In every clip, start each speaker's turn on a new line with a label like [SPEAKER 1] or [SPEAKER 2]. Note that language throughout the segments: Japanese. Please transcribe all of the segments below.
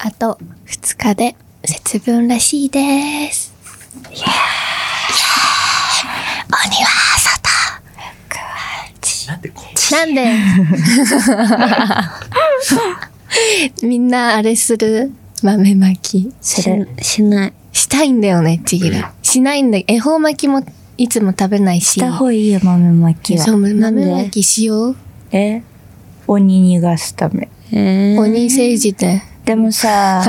[SPEAKER 1] あと2日で節分らしいです。鬼は外。僕は内
[SPEAKER 2] なんでこ
[SPEAKER 1] なんでみんなあれする豆まき
[SPEAKER 3] ししない。
[SPEAKER 1] したいんだよね、ちぎら。しないんだ恵方巻きもいつも食べないし。
[SPEAKER 3] した方がいいよ、豆まきは。
[SPEAKER 1] そう、
[SPEAKER 3] なん
[SPEAKER 1] 豆ま
[SPEAKER 3] で
[SPEAKER 1] きしよう。
[SPEAKER 4] え鬼逃がすため。
[SPEAKER 3] え ー
[SPEAKER 1] 鬼政治で。
[SPEAKER 3] でも さ、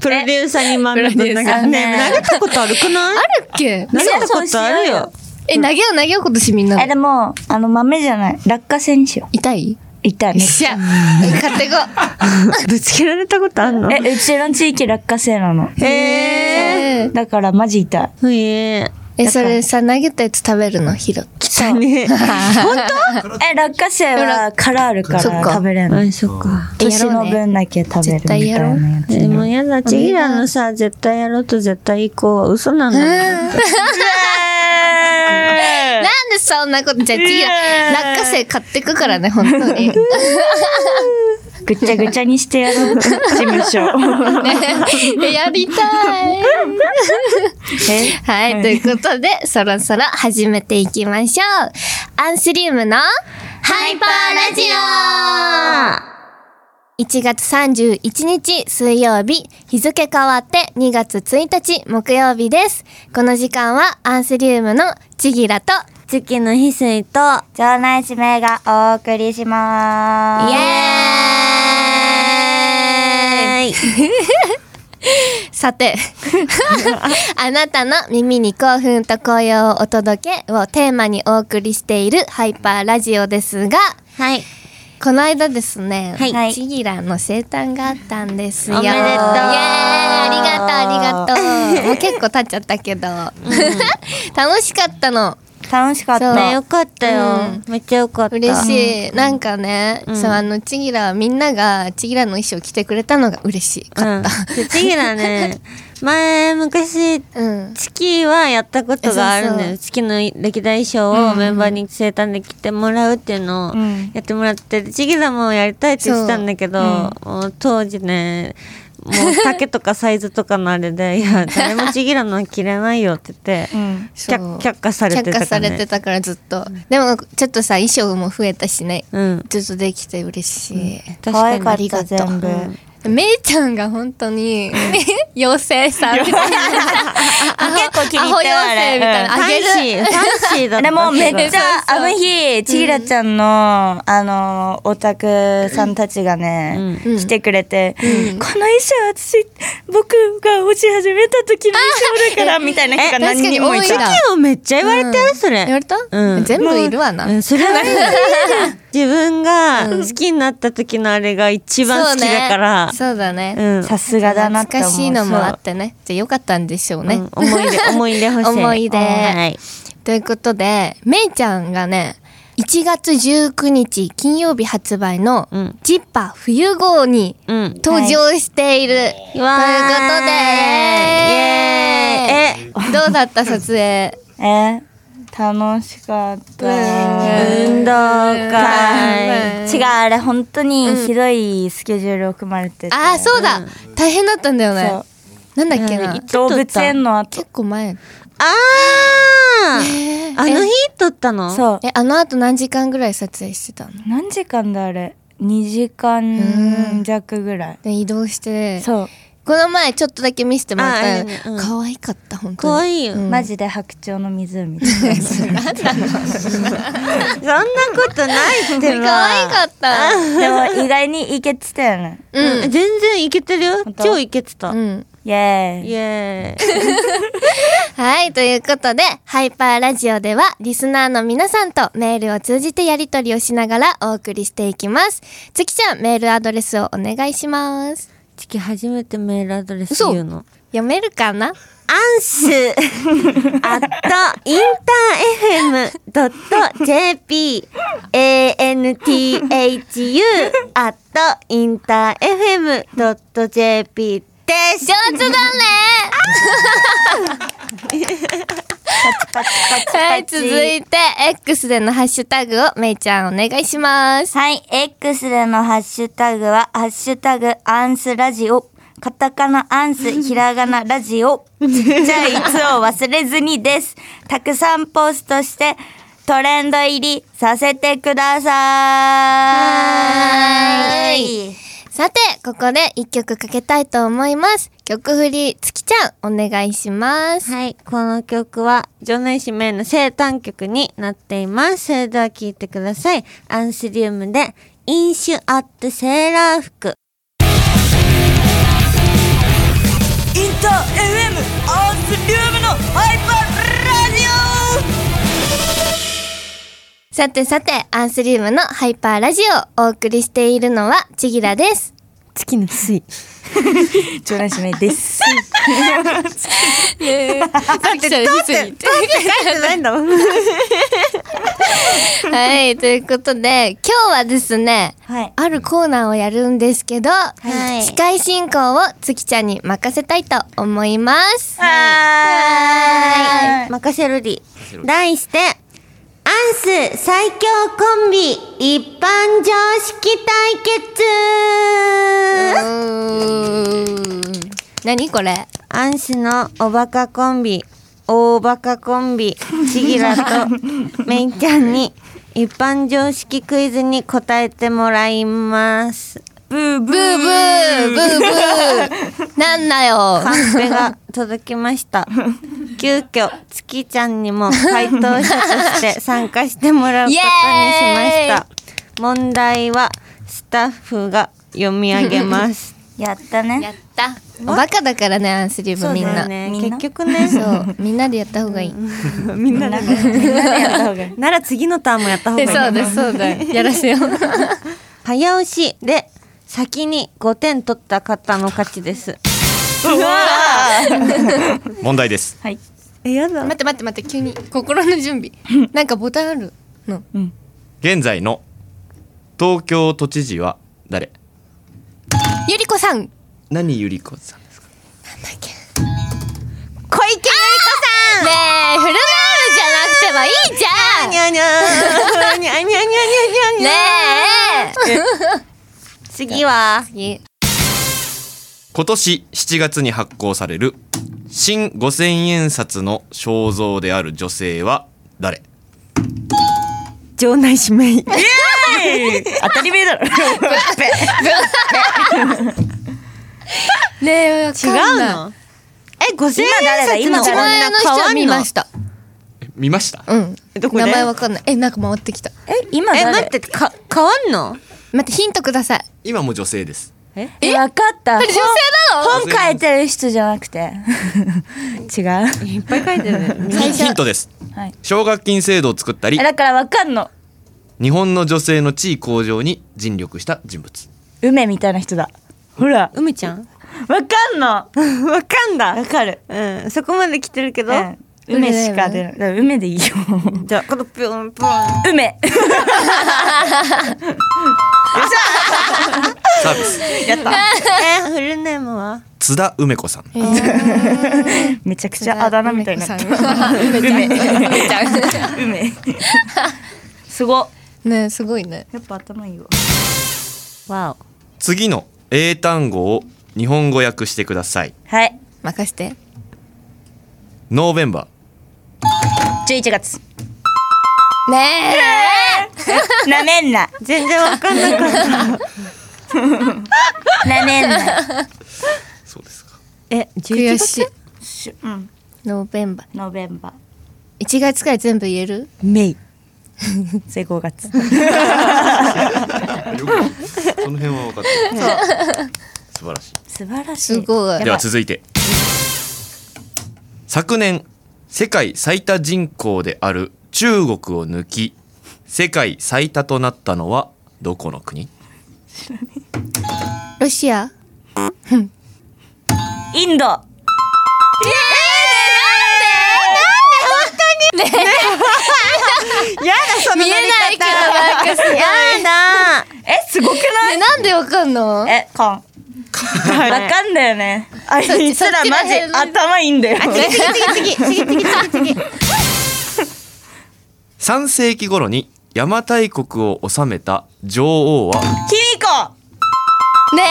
[SPEAKER 4] プロデューサーに豆ぶん投げ
[SPEAKER 1] プロデュー
[SPEAKER 3] サー
[SPEAKER 4] ねね投げたことあるくない
[SPEAKER 1] あるっけ
[SPEAKER 4] 投げたことあるよ。
[SPEAKER 1] え、投げよう投げようことしみんな
[SPEAKER 3] え、
[SPEAKER 1] の。
[SPEAKER 3] でも、あの、豆じゃない。落花生にしよう。
[SPEAKER 1] 痛い
[SPEAKER 3] 痛
[SPEAKER 1] よ
[SPEAKER 3] い
[SPEAKER 1] っ
[SPEAKER 3] ね。
[SPEAKER 1] しゃ。勝手ご。
[SPEAKER 4] ぶつけられたことあるの
[SPEAKER 3] え、うちの地域落花生なの。
[SPEAKER 4] え
[SPEAKER 1] え
[SPEAKER 3] だからマジ痛い。
[SPEAKER 4] ー。え
[SPEAKER 1] え、それさ、投げたやつ食べるのひろ。
[SPEAKER 4] ー。ね。
[SPEAKER 3] え、落花生は殻あるから
[SPEAKER 1] そっか
[SPEAKER 3] 食べれんの。
[SPEAKER 4] あ、そっか。
[SPEAKER 3] 年の分だけ食べるみたいなやつ。
[SPEAKER 4] でもやだ、ちぎらのさ、絶対やろうと絶対行こうは嘘なんだよ。
[SPEAKER 1] なんでそんなこと、じゃあ、ちぎら、落花生買ってくからね、本当に。
[SPEAKER 3] ぐっちゃぐちゃに してやろう。事務所。
[SPEAKER 1] ね、やりたい。
[SPEAKER 3] え
[SPEAKER 1] はい、ということで、そろそろ始めていきましょう。アンスリウムのハイパーラジオ1月31日水曜日、日付変わって2月1日木曜日です。この時間はアンスリウムのちぎらと、
[SPEAKER 4] 月の翡翠と、
[SPEAKER 3] 場内指名がお送 りしま
[SPEAKER 1] イ
[SPEAKER 3] す。
[SPEAKER 1] エーイさて、あなたの耳に興奮と紅葉をお届けをテーマにお送りしているハイパーラジオですが、
[SPEAKER 4] はい。
[SPEAKER 1] この間ですね、
[SPEAKER 3] はい
[SPEAKER 1] ちぎらの生誕があったんですよ。
[SPEAKER 4] おめでとう
[SPEAKER 1] イエーイありがとう、ありがとう。もう結構経っちゃったけど。楽しかったの。
[SPEAKER 3] 楽しかっ
[SPEAKER 1] そう
[SPEAKER 3] た
[SPEAKER 4] ね、よかったよ。めっちゃよかった。
[SPEAKER 1] 嬉しい。なんかね、そう、あの、ちぎらはみんなが、ちぎらの衣装着てくれたのが嬉しい。
[SPEAKER 4] うん。でちぎら ね、前、昔、
[SPEAKER 1] うん。
[SPEAKER 4] チキはやったことがあるんだ
[SPEAKER 1] そうそう
[SPEAKER 4] よ。チキの歴代衣装をメンバーに生誕で着てもらうっていうのを
[SPEAKER 3] うん
[SPEAKER 4] やってもらって、チギラもやりたいって言ってたんだけど、もう当時ね、もう丈とかサイズとかのあれで、いや、誰もちぎらのは着れないよって言って、
[SPEAKER 3] うん。
[SPEAKER 4] 却
[SPEAKER 1] そう
[SPEAKER 4] 却下されて
[SPEAKER 1] 却
[SPEAKER 4] た
[SPEAKER 1] 下
[SPEAKER 4] か
[SPEAKER 1] さ
[SPEAKER 4] ら
[SPEAKER 1] れて
[SPEAKER 4] ね。
[SPEAKER 1] たからずっと。でも、ちょっとさ、衣装も増えたしね。
[SPEAKER 4] うん。
[SPEAKER 1] ちょっとできて嬉しい。
[SPEAKER 3] 可愛か
[SPEAKER 1] あ
[SPEAKER 3] っ
[SPEAKER 1] り
[SPEAKER 3] た
[SPEAKER 1] がとう
[SPEAKER 3] 全部。
[SPEAKER 1] めいちゃんが本当に、 妖精さんみたいな。
[SPEAKER 3] あ結構気に
[SPEAKER 1] ア
[SPEAKER 3] 入
[SPEAKER 1] ホ
[SPEAKER 3] ってはあ
[SPEAKER 1] 妖精み
[SPEAKER 3] れ。
[SPEAKER 1] たい
[SPEAKER 4] フ
[SPEAKER 1] な。あげ
[SPEAKER 4] ァン
[SPEAKER 1] る。
[SPEAKER 4] シー、ファンシーだっ
[SPEAKER 3] で
[SPEAKER 4] た。
[SPEAKER 3] もめっち
[SPEAKER 4] す
[SPEAKER 3] ゃ、あの日、ちぎらちゃんの、あの、オタクさんたちがね、
[SPEAKER 1] うん
[SPEAKER 3] 来てくれて、
[SPEAKER 1] うん
[SPEAKER 3] この衣装私、僕が落ち始めた時の衣装だから、みたいな人が何人もい
[SPEAKER 1] え確かに多いな
[SPEAKER 3] た。
[SPEAKER 4] ごいをめっちゃ言われて、それ。
[SPEAKER 1] 言われた、
[SPEAKER 4] うん
[SPEAKER 1] 全部いるわな。
[SPEAKER 4] うん、それは 自分が好きになった時のあれが一番好きだから、
[SPEAKER 1] そうだね。
[SPEAKER 4] う
[SPEAKER 1] うん
[SPEAKER 4] ん、
[SPEAKER 3] さすがだなって
[SPEAKER 1] 懐
[SPEAKER 3] 思う。
[SPEAKER 1] かしいのもあってね。じゃあよかったんでしょうね。
[SPEAKER 4] うん思い出、 思い出補正。
[SPEAKER 1] 思い出
[SPEAKER 4] はい。
[SPEAKER 1] ということで、めいちゃんがね、1月19日金曜日発売の
[SPEAKER 4] うん
[SPEAKER 1] ジッパー冬号に
[SPEAKER 4] うん。
[SPEAKER 1] 登場している。という
[SPEAKER 4] わ
[SPEAKER 1] ことで、イ
[SPEAKER 4] ー
[SPEAKER 1] エーイどうだった撮影。
[SPEAKER 3] そうえ楽しかった。
[SPEAKER 4] 運動会。
[SPEAKER 3] 違う、あれ本当にひどいスケジュールを組まれてて。
[SPEAKER 1] ああ、そうだ、大変だったんだよね
[SPEAKER 3] そ。
[SPEAKER 1] なんだっけな、
[SPEAKER 4] うん
[SPEAKER 3] 動物園の後。
[SPEAKER 1] 結構前。
[SPEAKER 4] あー
[SPEAKER 1] え
[SPEAKER 4] あの日撮ったのう。
[SPEAKER 3] そう。
[SPEAKER 1] え、あの後何時間ぐらい撮影してたの
[SPEAKER 3] 何時間だあれ2時間弱ぐらい
[SPEAKER 1] で移動して
[SPEAKER 3] そう、
[SPEAKER 1] この前ちょっとだけ見せてもらった
[SPEAKER 4] ああれねうん
[SPEAKER 1] 可愛かった本当に
[SPEAKER 4] 可愛いよ。そんな
[SPEAKER 3] マジで白鳥の湖みたいな
[SPEAKER 4] ことないってば。
[SPEAKER 1] 可愛かった
[SPEAKER 3] でも意外にいけてたよね
[SPEAKER 1] うん
[SPEAKER 4] うん。全然いけてるよ
[SPEAKER 3] 本。当
[SPEAKER 4] 超いけてた。
[SPEAKER 1] うん
[SPEAKER 3] イエー
[SPEAKER 4] イ
[SPEAKER 3] イ
[SPEAKER 4] エ ーイ。
[SPEAKER 1] はい。ということで、ハイパーラジオでは、リスナーの皆さんとメールを通じてやり取りをしながらお送りしていきます。つきちゃん、メールアドレスをお願いします。
[SPEAKER 4] チキ初めてメールアドレス言うの。
[SPEAKER 1] 読めるかな
[SPEAKER 4] アンスアットインター FM.jp anthu アットインター FM.jp です
[SPEAKER 1] 上手だね
[SPEAKER 5] チパチパチパチ。
[SPEAKER 1] はい、続いて、X でのハッシュタグをめいちゃんお願いします。
[SPEAKER 3] はい、X でのハッシュタグは、ハッシュタグアンスラジオ、カタカナアン ス、ひらがなラジオ、じゃあいつを忘れずにです。たくさんポストして、トレンド入りさせてくださ
[SPEAKER 1] はー
[SPEAKER 3] ーい。
[SPEAKER 1] さて、ここで一曲かけたいと思います。曲振り、つきちゃん、お願いします。
[SPEAKER 4] はい、この曲は、城内市名の生誕曲になっています。それでは聴いてください。アンスリウムで、飲酒あってセーラー服。
[SPEAKER 3] インター FM アンスリウムのハイパーラジオ
[SPEAKER 1] さてさて、アンスリウムのハイパーラジオをお送りしているのは、ちぎらです。
[SPEAKER 5] 月の 水。長男姉妹です。
[SPEAKER 1] だって、だって、
[SPEAKER 4] 書いてないんだもん。
[SPEAKER 1] はい、ということで、今日はですね、
[SPEAKER 3] はい。
[SPEAKER 1] あるコーナーをやるんですけど、
[SPEAKER 4] い
[SPEAKER 1] 司会進行を月ちゃんに任せたいと思います。
[SPEAKER 3] は
[SPEAKER 4] 任せるり。題して、アンス最強コンビ、一般常識
[SPEAKER 1] う
[SPEAKER 4] 対決
[SPEAKER 1] ーん何これ
[SPEAKER 4] アンスのおバカコンビ、大バカコンビ、ちぎらとめいちゃんに一般常識クイズに答えてもらいます。
[SPEAKER 3] ブーブ
[SPEAKER 1] ブーブーブーブーなんだよ
[SPEAKER 4] カンペが届きました。急遽、月ちゃんにも回答者として参加してもらうことにしました。問題はスタッフが読み上げます。
[SPEAKER 3] ーやった
[SPEAKER 1] やっ
[SPEAKER 3] ね。
[SPEAKER 1] たおバカだからねアンスリウムみん
[SPEAKER 4] だ
[SPEAKER 1] な
[SPEAKER 4] よね
[SPEAKER 3] みんな
[SPEAKER 4] 結局ね、
[SPEAKER 1] そうみんなでやった方がいい
[SPEAKER 5] みんなで、みんなでやった方がいい。
[SPEAKER 4] なら次のターンもやった方がい
[SPEAKER 1] え
[SPEAKER 4] い。
[SPEAKER 1] そうだそうだやらせよう
[SPEAKER 4] 早押しで先に5点取った方の勝ちです。
[SPEAKER 6] 問題です
[SPEAKER 3] はい。
[SPEAKER 4] え、やだ
[SPEAKER 1] 待って待って待って急に心の準 備なんかボタンあるの
[SPEAKER 6] 現在の東京都知事は誰
[SPEAKER 1] ゆりこさん
[SPEAKER 6] 何ゆり子さんですか
[SPEAKER 1] 小池ゆりこさんねえフルネームじゃなくてもいいじゃん
[SPEAKER 4] にゃにゃーにゃにゃにゃにゃにゃに
[SPEAKER 1] ね
[SPEAKER 4] ゃ
[SPEAKER 1] え
[SPEAKER 4] 次は、
[SPEAKER 1] 次
[SPEAKER 6] 今年7月に発行される新五千円札の肖像である女性は誰
[SPEAKER 4] 場内指名。
[SPEAKER 5] 当たり前だろ。
[SPEAKER 1] ねえ違う
[SPEAKER 4] 違うのえ、五千円札
[SPEAKER 3] 今誰だ今
[SPEAKER 4] の
[SPEAKER 1] 名
[SPEAKER 3] 誰
[SPEAKER 1] 前の人は見ました
[SPEAKER 6] え見ました
[SPEAKER 1] うん
[SPEAKER 4] どこで
[SPEAKER 1] 名前わかんないえなんか回ってきた
[SPEAKER 3] え、今
[SPEAKER 4] え、
[SPEAKER 3] 誰
[SPEAKER 4] 待って、か、変わんの
[SPEAKER 1] 待ってヒントください
[SPEAKER 6] 今も女性です
[SPEAKER 3] え、わかった。
[SPEAKER 1] 女性なの
[SPEAKER 3] 本書いてる人じゃなくて。 違う。
[SPEAKER 4] いっぱい書いてる。
[SPEAKER 6] ヒヒントです
[SPEAKER 3] はい。
[SPEAKER 6] 奨学金制度を作ったり
[SPEAKER 3] えだからわかんの。
[SPEAKER 6] 日本の女性の地位向上に尽力した人物
[SPEAKER 3] 梅みたいな人だ。ほら。
[SPEAKER 4] 梅ちゃん
[SPEAKER 3] わかんの。
[SPEAKER 4] わかんだ
[SPEAKER 3] わかる。
[SPEAKER 4] うん、そこまで来てるけど。
[SPEAKER 3] うん梅しか出ない。だから梅でいいよ。
[SPEAKER 4] じゃあ、このぴょんぴょん。
[SPEAKER 3] 梅。
[SPEAKER 6] サービス
[SPEAKER 4] え、フルネームは
[SPEAKER 6] 津田梅子さん
[SPEAKER 3] めちゃくちゃあだ名みたいになっ
[SPEAKER 1] 梅子
[SPEAKER 3] た。
[SPEAKER 1] さん梅ちゃん梅ちゃ
[SPEAKER 3] 梅。 すご。
[SPEAKER 1] んねえすごいね
[SPEAKER 3] やっぱ頭いいわ。
[SPEAKER 4] わお。
[SPEAKER 6] 次の英単語を日本語訳してください
[SPEAKER 3] はい。
[SPEAKER 1] 任して
[SPEAKER 6] ノーベンバー
[SPEAKER 3] 11月。
[SPEAKER 1] ね
[SPEAKER 3] なめんな。
[SPEAKER 4] 全然わかんなかった。
[SPEAKER 3] なめんな。
[SPEAKER 6] そうですか
[SPEAKER 4] え、
[SPEAKER 1] え
[SPEAKER 4] 十
[SPEAKER 1] 悔
[SPEAKER 4] 一
[SPEAKER 1] しい
[SPEAKER 3] しうん。
[SPEAKER 1] ノーベンバー
[SPEAKER 3] ノーベンバー。
[SPEAKER 1] 1月から全部言える
[SPEAKER 4] メイ。
[SPEAKER 3] 正5月。
[SPEAKER 6] その辺は分かった素晴らし
[SPEAKER 3] 素晴らしい。
[SPEAKER 1] すごい
[SPEAKER 6] いでは続いて昨年世界最多人口である中国を抜き世界最多となったのはどこの国
[SPEAKER 1] ロシア
[SPEAKER 3] インド。
[SPEAKER 4] やだ、その
[SPEAKER 1] 見え
[SPEAKER 4] 乗り
[SPEAKER 1] ないけど
[SPEAKER 4] 方。
[SPEAKER 1] なんかすごい
[SPEAKER 4] やだ。
[SPEAKER 3] え、すごくな
[SPEAKER 1] ねなんでわかんの
[SPEAKER 3] いえ、コン。わかんだよね。あ
[SPEAKER 1] そっち
[SPEAKER 3] いつらマジ
[SPEAKER 1] そっちの辺の
[SPEAKER 3] 頭いいんだよ。
[SPEAKER 4] 次次次次次次次次
[SPEAKER 6] 3世紀頃に邪馬台国を治めた女王は
[SPEAKER 3] キミコ
[SPEAKER 1] ね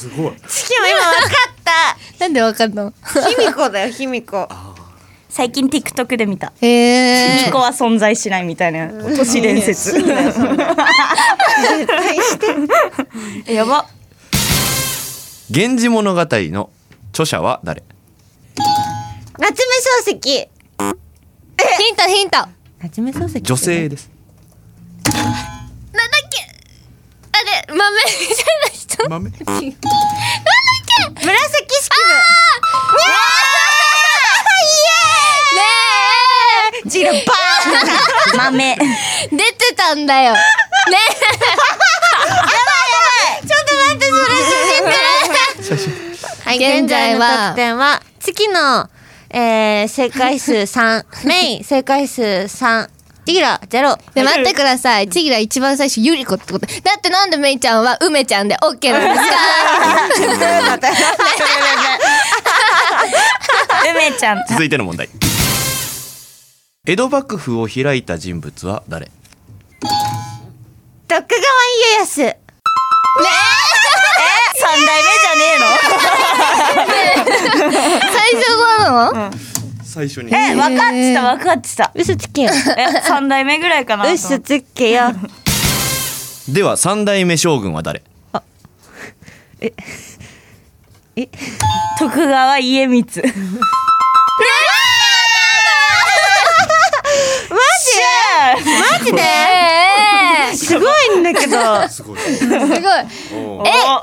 [SPEAKER 6] すごい
[SPEAKER 4] チキも今わかっ
[SPEAKER 1] えなんでわかんの
[SPEAKER 4] た。卑弥呼だよ、卑弥呼。
[SPEAKER 3] 最近 TikTok で見た
[SPEAKER 1] へ
[SPEAKER 3] キミ
[SPEAKER 1] え
[SPEAKER 3] コは存在しないみたいな都市伝説
[SPEAKER 7] やば
[SPEAKER 6] 「源氏物語」の著者は誰
[SPEAKER 4] 夏目漱石。
[SPEAKER 1] ヒントヒントなんだっ
[SPEAKER 4] 夏目漱石。
[SPEAKER 6] 女性です
[SPEAKER 1] けあれ豆みたいな人
[SPEAKER 6] 豆
[SPEAKER 4] 紫
[SPEAKER 1] ね
[SPEAKER 4] 式
[SPEAKER 3] ジルバーン豆
[SPEAKER 1] え出てたんだよねえやばいやばいちょっと待ってそれ写真撮られた現
[SPEAKER 4] 現在
[SPEAKER 1] 在
[SPEAKER 4] の得
[SPEAKER 1] は
[SPEAKER 4] 点は、月の、えー、正解 数3、メイン正解数3、リギュラー0。
[SPEAKER 1] で待ってください。ちぎら一番最初ゆりこってこと。だってなんでめいちゃんは梅ちゃんでオッケーなんですか。
[SPEAKER 3] 梅ちゃ ん
[SPEAKER 6] 続いての問題江戸幕府を開いた人物は誰
[SPEAKER 4] 徳川家康。
[SPEAKER 3] 三代目じゃねえの
[SPEAKER 1] 最初はの？
[SPEAKER 6] 最初に
[SPEAKER 3] え、分かってた分かってた。
[SPEAKER 4] 嘘つけよ。
[SPEAKER 3] え、三代目ぐらいかなと思って。
[SPEAKER 4] 嘘つけよ。
[SPEAKER 6] では三代目将軍は誰
[SPEAKER 3] 徳川家 光。マジ？
[SPEAKER 4] マジで
[SPEAKER 1] ええ
[SPEAKER 4] すごいんだけど。
[SPEAKER 6] すごい
[SPEAKER 1] すごい。
[SPEAKER 3] え、
[SPEAKER 6] あ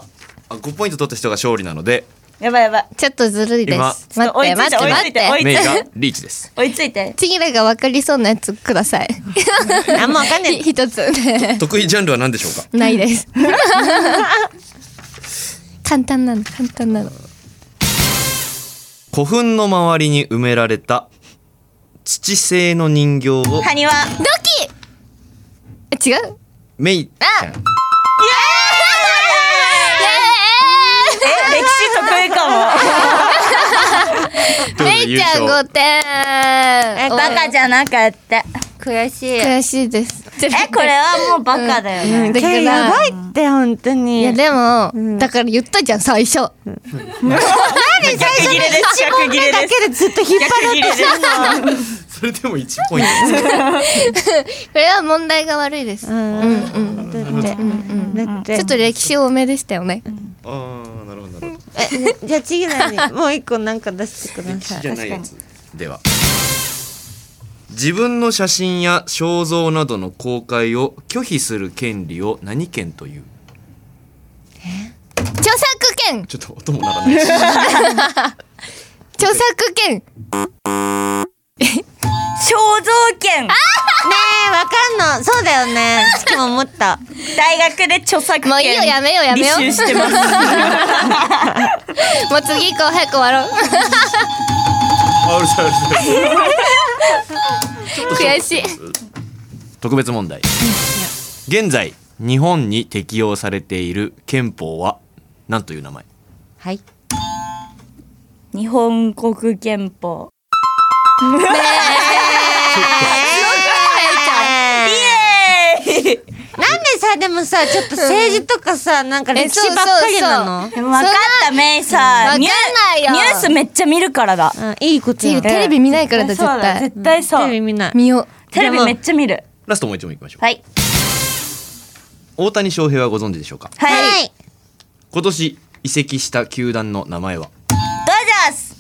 [SPEAKER 6] 5ポイント取った人が勝利なので
[SPEAKER 3] やばいやばい。
[SPEAKER 1] ちょっとずるいです。
[SPEAKER 6] 今
[SPEAKER 1] 待って待って待っ
[SPEAKER 3] 追いついて追いついて追いつ
[SPEAKER 1] て。
[SPEAKER 3] いて
[SPEAKER 6] メイがリー チです
[SPEAKER 3] 追いついて。
[SPEAKER 1] ちぎらがわかりそうなやつください。
[SPEAKER 4] あんまわかん ない
[SPEAKER 1] ひ。一つ
[SPEAKER 6] 得意ジャンルは何でしょうか
[SPEAKER 1] ない です。簡単なの簡単なの。
[SPEAKER 6] 古墳の周りに埋められた土製の人形を
[SPEAKER 3] 埴輪。
[SPEAKER 1] ドキ。違う？
[SPEAKER 6] メイちゃん
[SPEAKER 3] え、歴史得意かも。
[SPEAKER 1] めいちゃん五点。
[SPEAKER 4] えっと
[SPEAKER 3] バカじゃなかった。
[SPEAKER 4] 悔しい。
[SPEAKER 1] 悔しいです。
[SPEAKER 3] え、これはもうバカだよね。
[SPEAKER 1] だから
[SPEAKER 4] やばいって本当に。
[SPEAKER 1] いやでも、だから言ったじゃん最 初。
[SPEAKER 3] 逆切れです。逆切れで
[SPEAKER 4] だ
[SPEAKER 3] す。
[SPEAKER 4] けでずっと引っ
[SPEAKER 3] 逆切れです。
[SPEAKER 6] それでも1ポイントです
[SPEAKER 1] これは問題が悪いです。
[SPEAKER 4] うん
[SPEAKER 1] うんうん。
[SPEAKER 4] 張だって
[SPEAKER 1] ちょっと歴史多めでしたよね。
[SPEAKER 6] ああなるほどなるほど
[SPEAKER 4] えじゃあ次な にもう一個なんか出してください
[SPEAKER 6] じゃないやつでは自分の写真や肖像などの公開を拒否する権利を何権という
[SPEAKER 1] 著作権、
[SPEAKER 6] ちょっと音も鳴らないし
[SPEAKER 1] 著作権。
[SPEAKER 3] 肖像権。
[SPEAKER 4] ねえわかんのそうだよねしかも思った
[SPEAKER 3] 大学で著作権。
[SPEAKER 1] もういいよやめようやめよう
[SPEAKER 3] 履修してま す。
[SPEAKER 1] もう次行こう早く終わろう。
[SPEAKER 6] あうるさいうるさい
[SPEAKER 1] 悔しい。
[SPEAKER 6] 特別問題現在日本に適用されている憲法は何という名前
[SPEAKER 4] はい
[SPEAKER 3] 日本国憲法。イエーイ。
[SPEAKER 4] なんでさでもさちょっと政治とかさなんか歴史ばっかりなの
[SPEAKER 3] でも分かったメイさ
[SPEAKER 1] わかん
[SPEAKER 3] ニュ
[SPEAKER 1] ないよ
[SPEAKER 3] ニュースめっちゃ見るからだ
[SPEAKER 4] うんいいことや
[SPEAKER 1] テレビ見ないからだ絶
[SPEAKER 3] そう
[SPEAKER 1] 対。
[SPEAKER 3] 絶対そ
[SPEAKER 4] テレビ
[SPEAKER 3] う
[SPEAKER 4] 見ない
[SPEAKER 1] 見よう。
[SPEAKER 3] テレビめっちゃ見る
[SPEAKER 6] ラストもう一問いきましょう
[SPEAKER 3] はい
[SPEAKER 6] 大谷翔平はご存知でしょうか
[SPEAKER 3] はい
[SPEAKER 4] い
[SPEAKER 6] 今年移籍した球団の名前は
[SPEAKER 3] ドジャース
[SPEAKER 4] ね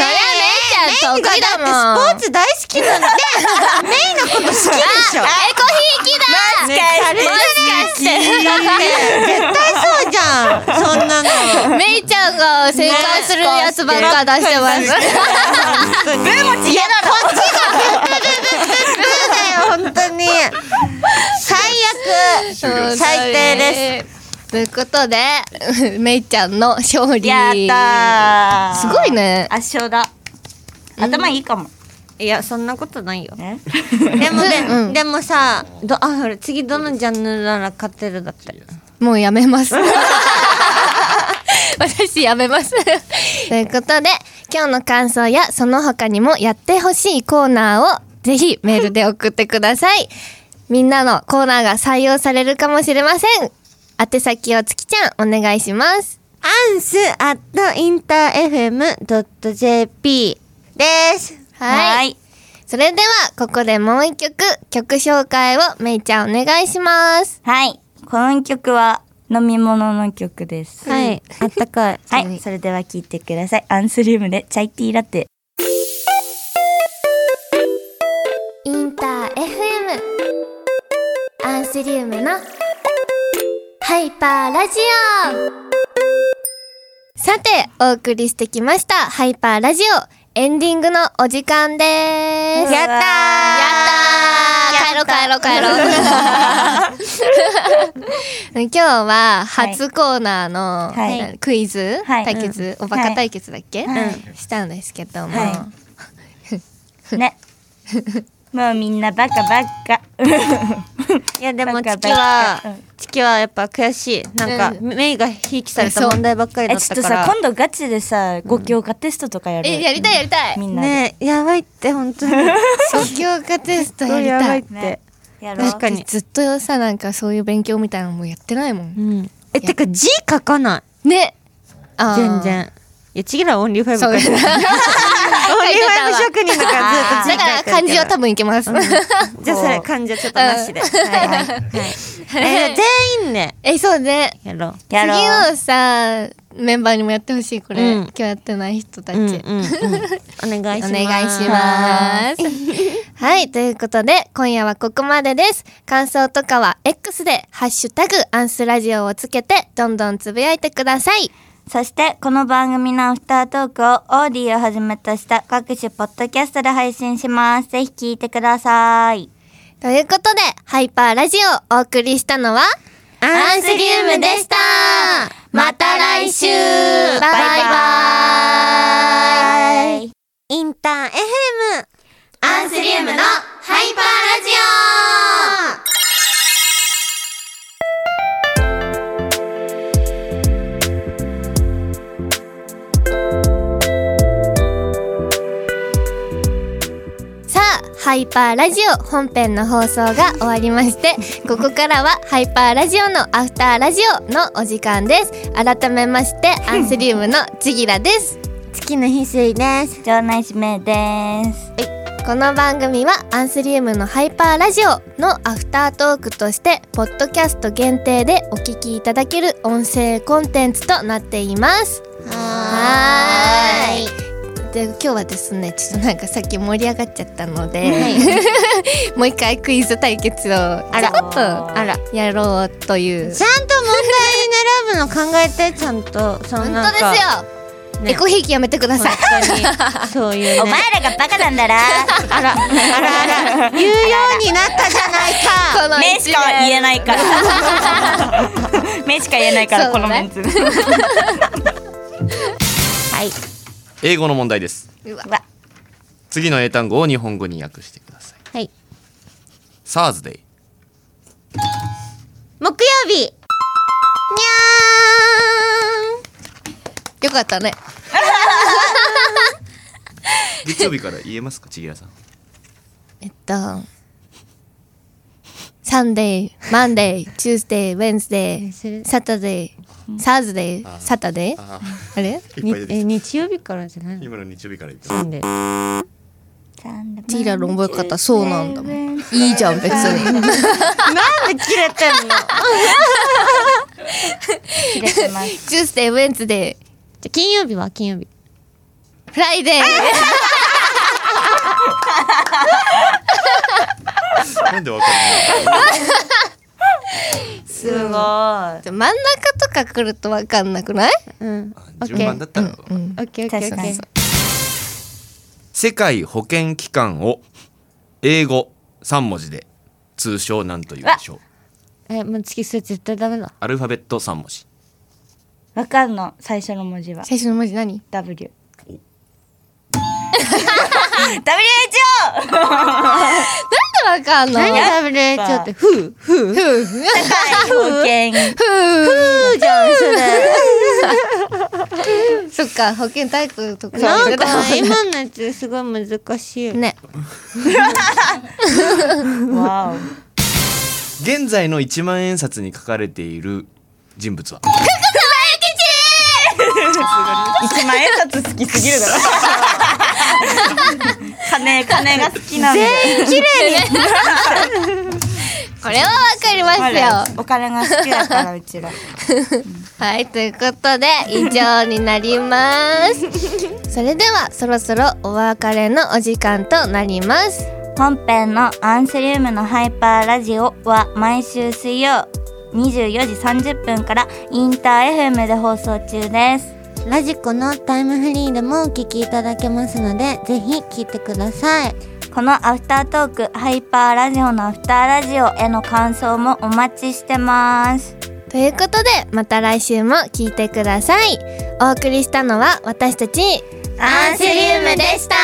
[SPEAKER 1] そりゃめいちゃん得意だもん。
[SPEAKER 4] だってスポーツ大好きなんでメイのこと好きでしょ
[SPEAKER 1] エコひいきだ。
[SPEAKER 3] マジか
[SPEAKER 1] もしかして。
[SPEAKER 4] 絶対そうじゃんそんなの
[SPEAKER 1] めいちゃんが正解するやつばっか出してます。。
[SPEAKER 4] ブーもち嫌なのこっちがブーブーブーブーだよ本当に最悪最低です
[SPEAKER 1] ということで、 めいちゃんの勝利。
[SPEAKER 3] やったー
[SPEAKER 1] すごいね。
[SPEAKER 3] 圧勝だ頭いいかも
[SPEAKER 4] すいやそんなことないよ
[SPEAKER 3] え
[SPEAKER 4] でもね、
[SPEAKER 1] うん
[SPEAKER 4] でもさどあほら次どのジャンルなら勝てるだって
[SPEAKER 1] もうや めます。私やめます。ということで、今日の感想やその他にもやってほしいコーナーをぜひメールで送ってください。みんなのコーナーが採用されるかもしれません。宛先をつきちゃんお願いします。
[SPEAKER 4] アンスアットインター FM.jp です。
[SPEAKER 1] はい。それではここでもう一曲曲紹介をめいちゃんお願いします。
[SPEAKER 3] はい。この曲は飲み物の曲です。
[SPEAKER 4] はい。あったかい。
[SPEAKER 3] はい。それでは聴いてください。アンスリウムでチャイティーラ テ。
[SPEAKER 1] インター FM アンスリウムのハイパーラジオさてお送りしてきましたハイパーラジオエンディングのお時間です
[SPEAKER 3] やったー
[SPEAKER 1] やったー帰ろう帰ろう帰 ろう今日は初コーナーの、
[SPEAKER 3] はい
[SPEAKER 1] なんかクイズ、
[SPEAKER 3] はい
[SPEAKER 1] 対決、おバカ対決だっけ、
[SPEAKER 3] は
[SPEAKER 1] したんですけども、
[SPEAKER 3] はね。もうみんなバカバ カ。
[SPEAKER 4] いやでも
[SPEAKER 3] バカ
[SPEAKER 4] チキは
[SPEAKER 3] バカうん
[SPEAKER 4] チキはやっぱ悔しいなんか、
[SPEAKER 1] う
[SPEAKER 4] メイがひいきされた
[SPEAKER 1] そう
[SPEAKER 4] 問題ばっかりだ
[SPEAKER 3] え、
[SPEAKER 4] っ
[SPEAKER 3] ちょ
[SPEAKER 4] た
[SPEAKER 3] っと
[SPEAKER 4] か
[SPEAKER 3] さ、
[SPEAKER 4] ら
[SPEAKER 3] 今度ガチでさ、5教科テストとかやる。
[SPEAKER 1] えやりたいやりたい
[SPEAKER 3] みんなで。
[SPEAKER 4] ねえやばいって本当に
[SPEAKER 1] 即興化テストやり
[SPEAKER 4] やば
[SPEAKER 1] た
[SPEAKER 4] いっ
[SPEAKER 1] い
[SPEAKER 4] て、
[SPEAKER 3] ねやろう。
[SPEAKER 4] 確かに
[SPEAKER 1] ずっとさなんかそういう勉強みたいなのもやってないもん
[SPEAKER 4] うんえてか字書かない
[SPEAKER 1] ねあー
[SPEAKER 4] 全然いやちぎらはオンリーファイブ
[SPEAKER 1] そう
[SPEAKER 4] かオンリーファイブ
[SPEAKER 1] 書い
[SPEAKER 4] 職人だからずっと字書い
[SPEAKER 1] だから
[SPEAKER 4] てるけど
[SPEAKER 1] 漢字は多分いけます、
[SPEAKER 4] じゃあそれ漢字はちょっとなしで、はいはいはいえじゃあ全員ね
[SPEAKER 1] えそうね
[SPEAKER 4] やろう
[SPEAKER 3] やろう。
[SPEAKER 1] 次のさメンバーにもやってほしいこれ、
[SPEAKER 4] うん
[SPEAKER 1] 今日やってない人たち、
[SPEAKER 4] うんうんうん、お願いし
[SPEAKER 1] お
[SPEAKER 4] ます
[SPEAKER 1] 願いします。 はい、ということで、今夜はここまでです。感想とかは X で、ハッシュタグ、アンスラジオをつけて、どんどんつぶやいてください。
[SPEAKER 3] そして、この番組のアフタートークをオーディをはじめとした各種ポッドキャストで配信します。ぜひ聞いてください。
[SPEAKER 1] ということで、ハイパーラジオをお送りしたのは、
[SPEAKER 4] ア
[SPEAKER 1] ンスリウムでした
[SPEAKER 3] また来週
[SPEAKER 1] バイバイ
[SPEAKER 4] インター FM
[SPEAKER 1] アンスリウムのハイパーラジオさあ、ハイパーラジオ本編の放送が終わりま して、ここからはハイパーラジオのアフターラジオのお時間です。改めま して、アンスリウムのちぎらです。
[SPEAKER 4] 月の翡翠です
[SPEAKER 3] 場内指名です。
[SPEAKER 1] この番組はアンスリウムのハイパーラジオのアフタートークとしてポッドキャスト限定でお聞きいただける音声コンテンツとなっていますはーいで今日はですねちょっとなんかさっき盛り上がっちゃったので、 もう一回クイズ対決をあ
[SPEAKER 4] ら
[SPEAKER 1] ちょっと
[SPEAKER 4] あら
[SPEAKER 1] やろうという
[SPEAKER 4] ちゃんと問題に選ぶの考えてちゃんとその
[SPEAKER 1] 本当
[SPEAKER 4] なん
[SPEAKER 1] で
[SPEAKER 4] か
[SPEAKER 1] すよ、
[SPEAKER 4] ね
[SPEAKER 1] エコひいきやめてください
[SPEAKER 4] 本 当にそういうね
[SPEAKER 3] お前らがバカなん だな。
[SPEAKER 4] あらあらあら言うようになったじゃないか
[SPEAKER 1] この
[SPEAKER 3] 目しか言えない から。目しか言えないから、
[SPEAKER 1] そ
[SPEAKER 3] こ
[SPEAKER 1] う
[SPEAKER 3] のメ
[SPEAKER 1] ね
[SPEAKER 3] ンツ。
[SPEAKER 6] 英語の問題です
[SPEAKER 1] うわ
[SPEAKER 3] わ
[SPEAKER 6] 次の英単語を日本語に訳してください
[SPEAKER 4] はい
[SPEAKER 6] サーズデイ
[SPEAKER 4] 木曜日にゃ
[SPEAKER 1] よかったね
[SPEAKER 6] 月曜日から言えますか ちぎらさん
[SPEAKER 1] えっと、サンデー、マンデー、チューズデー、ウェンズデ
[SPEAKER 4] それ
[SPEAKER 1] ー、サタデー、サーズデー、サタデー、
[SPEAKER 6] あ
[SPEAKER 1] あれ
[SPEAKER 4] ー
[SPEAKER 6] ー
[SPEAKER 4] んにえ日曜日からじゃないの
[SPEAKER 6] 今の日曜日から言って
[SPEAKER 4] なんで
[SPEAKER 1] ティーラの覚え方そうなんだもん。いいじゃん別に。
[SPEAKER 4] なんで切れてんのじゃ
[SPEAKER 3] 切れてます。
[SPEAKER 1] チューズデー、ウェンズデ
[SPEAKER 4] あ金曜日は金曜日
[SPEAKER 1] ー、フライデー。
[SPEAKER 6] ますなんでわかる
[SPEAKER 3] すごい。確
[SPEAKER 1] 真ん中とか来るとわかんなくない
[SPEAKER 4] うん
[SPEAKER 6] の順番だったら
[SPEAKER 1] うん。
[SPEAKER 4] オッケーオッケーオッケ
[SPEAKER 3] かに
[SPEAKER 4] ー。
[SPEAKER 6] 世界保健機関を英語三文字で通称なんと言うでしょう
[SPEAKER 4] えもう月それ絶対ダメだ
[SPEAKER 6] アルファベット三文字
[SPEAKER 3] わかるの、最初の文字は。
[SPEAKER 1] 最初の文字何
[SPEAKER 3] W。
[SPEAKER 6] お
[SPEAKER 3] WHO!
[SPEAKER 1] なんでわかんの
[SPEAKER 4] 何
[SPEAKER 1] ふ
[SPEAKER 4] WHO ってふうふうふう
[SPEAKER 1] う
[SPEAKER 3] 保険。
[SPEAKER 4] じゃんそれ
[SPEAKER 1] そっか、保険体育とか。
[SPEAKER 4] なんか今のやつすごい難しい。
[SPEAKER 1] ね。
[SPEAKER 3] わ
[SPEAKER 6] 現在の一万円札に書かれている人物は
[SPEAKER 3] 一万円札好きすぎるだ ろ。金、金が好きなんで。
[SPEAKER 1] これはわかりますよ。
[SPEAKER 3] お金が好きだから、うちら。
[SPEAKER 1] はい、ということで、以上になります。それでは、そろそろお別れのお時間となります。
[SPEAKER 3] 本編のアンスリウムのハイパーラジオは毎週水曜24時30分からインター FM で放送中です。
[SPEAKER 4] ラジコのタイムフリーでもお聞きいただけますので、ぜひ聞いてください。
[SPEAKER 3] このアフタートーク、ハイパーラジオのアフターラジオへの感想もお待ちしてます。
[SPEAKER 1] ということで、また来週も聞いてください。お送りしたのは私たち、
[SPEAKER 3] アンスリウムでした